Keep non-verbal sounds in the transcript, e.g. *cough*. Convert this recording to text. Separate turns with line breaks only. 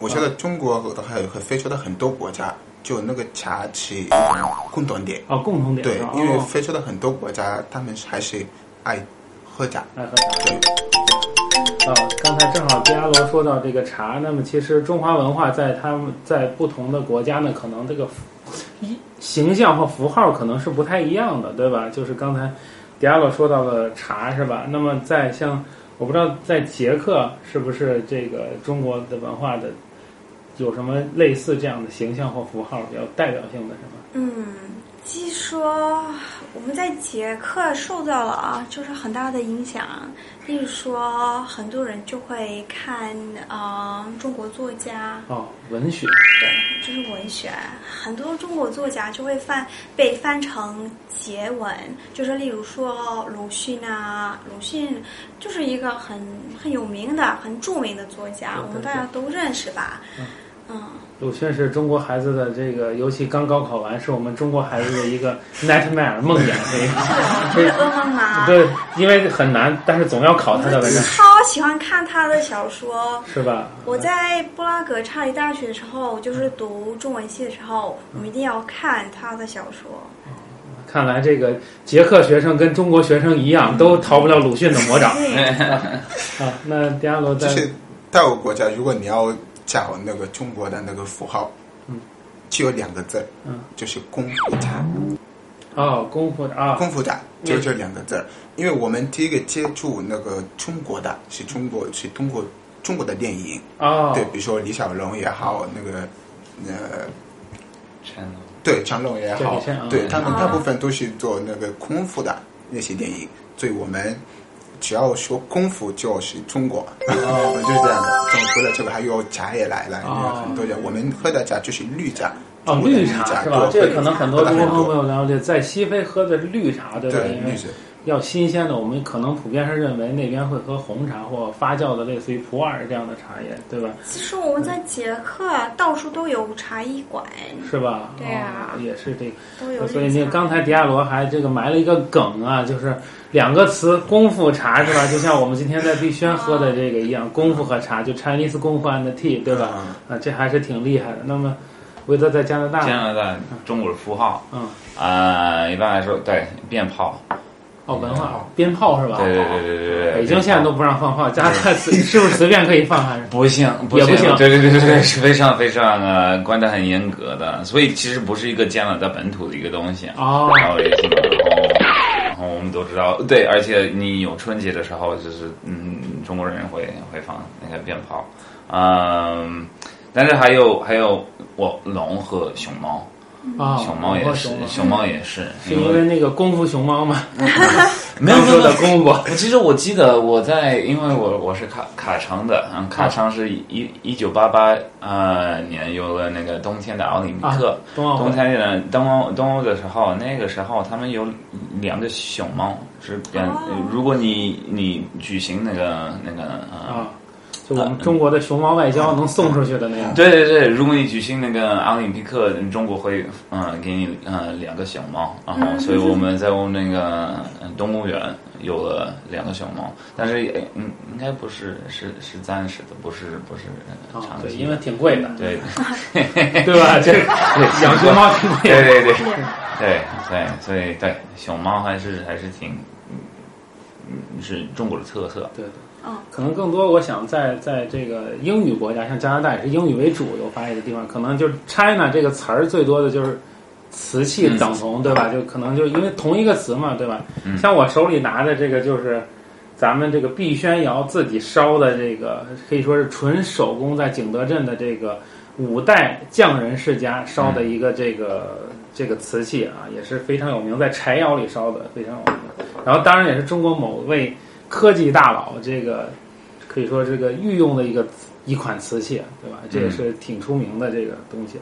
我晓得中国和还有和非洲的很多国家，就那个茶是共同点。
哦，共同点
对
是吧，
因为
哦
非洲的很多国家，他们还是爱喝茶。
来喝
对，
茶啊！刚才正好跟阿罗说到这个茶，那么其实中华文化在他们在不同的国家呢，可能这个一形象和符号可能是不太一样的，对吧？就是刚才迪亚罗说到了茶是吧？那么在像我不知道在捷克是不是这个中国的文化的有什么类似这样的形象或符号比较代表性的什么？
嗯，据说我们在捷克受到了啊，就是很大的影响。例如说，很多人就会看啊、呃中国作家，
哦，文学
对，就是文学。很多中国作家就会翻被翻成捷文，就是例如说鲁迅啊，鲁迅就是一个很很有名的、很著名的作
对，
家
对
我们大家都认识吧？嗯，
鲁迅是中国孩子的这个，尤其刚高考完，是我们中国孩子的一个 nightmare 梦魇。这个
这个噩梦嘛。
对，因为很难，但是总要考他的文章，
超喜欢看他的小说。
是吧？
我在布拉格查理大学的时候，就是读中文系的时候，我们一定要看他的小说。
看来这个捷克学生跟中国学生一样，都逃不了鲁迅的魔掌啊。那迪亚罗
就
在
是到我国家，如果你要找那个中国的那个符号，
嗯，
只有两个字儿，
嗯，
就是功夫茶。
哦，功夫啊，
功夫茶就这两个字儿，因为我们第一个接触那个中国的是中国是通过中国的电影，
哦
对，，比如说李小龙也好，那个呃
成龙
对，成龙也好
对李成，
对
嗯
他们
啊
大部分都是做那个功夫的那些电影，所以我们只要说功夫就是中国，我 *laughs* 们就是这样的。中除了这个，还有茶也来了，因为
哦
很多人我们喝的茶就是绿茶，
哦
中，国的
绿
茶
茶是
对
吧？这个可能很多中
喝
国
得很
朋友了解，在西非喝的是绿茶，对吧？
对
因为
绿茶。
要新鲜的，我们可能普遍是认为那边会喝红茶或发酵的类似于普洱这样的茶叶，对吧？
其实我们在捷克到处都有茶艺馆，
是吧？
对啊
哦也是这个。
都有绿茶。
所以你刚才迪亚罗还这个埋了一个梗啊，就是两个词“功夫茶”是吧？就像我们今天在碧轩喝的这个一样，功夫和茶就 Chinese 功夫 and tea，对吧？
嗯
啊，这还是挺厉害的。那么，维德在加拿
加
大，
拿大中国的符号
嗯，
啊，一般来说对鞭炮，
哦，文化鞭炮是吧？
对对对对对对，
北京现在都不让放炮，加拿大随是不是随便可以放还是？
不行，
也不行
行，对对对对对，是非常非常的管得很严格的，所以其实不是一个加拿大本土的一个东西。
哦
然后也是，然后然后我们都知道，对，而且你有春节的时候，就是嗯，中国人会会放那个鞭炮，嗯，但是还有还有我龙和熊猫，
啊，
熊猫也是
熊猫，
熊猫也是，
是因为那个功夫熊猫嘛？
没有没有
当初的功夫
我其实我记得我在，因为我我是卡卡城的，嗯，卡城是一一九八八呃年有了那个冬天的奥林匹克，
啊冬奥
嗯冬
会
天的冬奥冬奥的时候，那个时候他们有两个熊猫是，嗯、
哦
如果你你举行那个那个呃。
啊，就我们中国的熊猫外交能送出去的那个。
对对对，如果你举行那个奥林匹克，中国会嗯、呃给你呃两个熊猫，然
嗯
后所以我们在我们那个呃动物园有了两个熊猫，但是也嗯应该不是是是暂时的，不是不是呃
啊，
长
对，
期的，
因为挺贵的，
对
对
*laughs*
吧？这个养熊猫挺贵
嗯对
的。
对对对对，所以对熊猫还是还是挺嗯嗯是中国的特色，
对，
嗯，
可能更多我想在在这个英语国家，像加拿大也是英语为主有发育的地方，可能就是 China 这个词儿最多的就是瓷器等同，对吧？就可能就因为同一个词嘛，对吧？
嗯
像我手里拿的这个就是。咱们这个碧轩窑自己烧的这个，可以说是纯手工，在景德镇的这个五代匠人世家烧的一个这个、这个瓷器啊，也是非常有名，在柴窑里烧的非常有名。然后当然也是中国某位科技大佬这个啊可以说这个御用的一个一款瓷器，对吧？这也是挺出名的这个东西。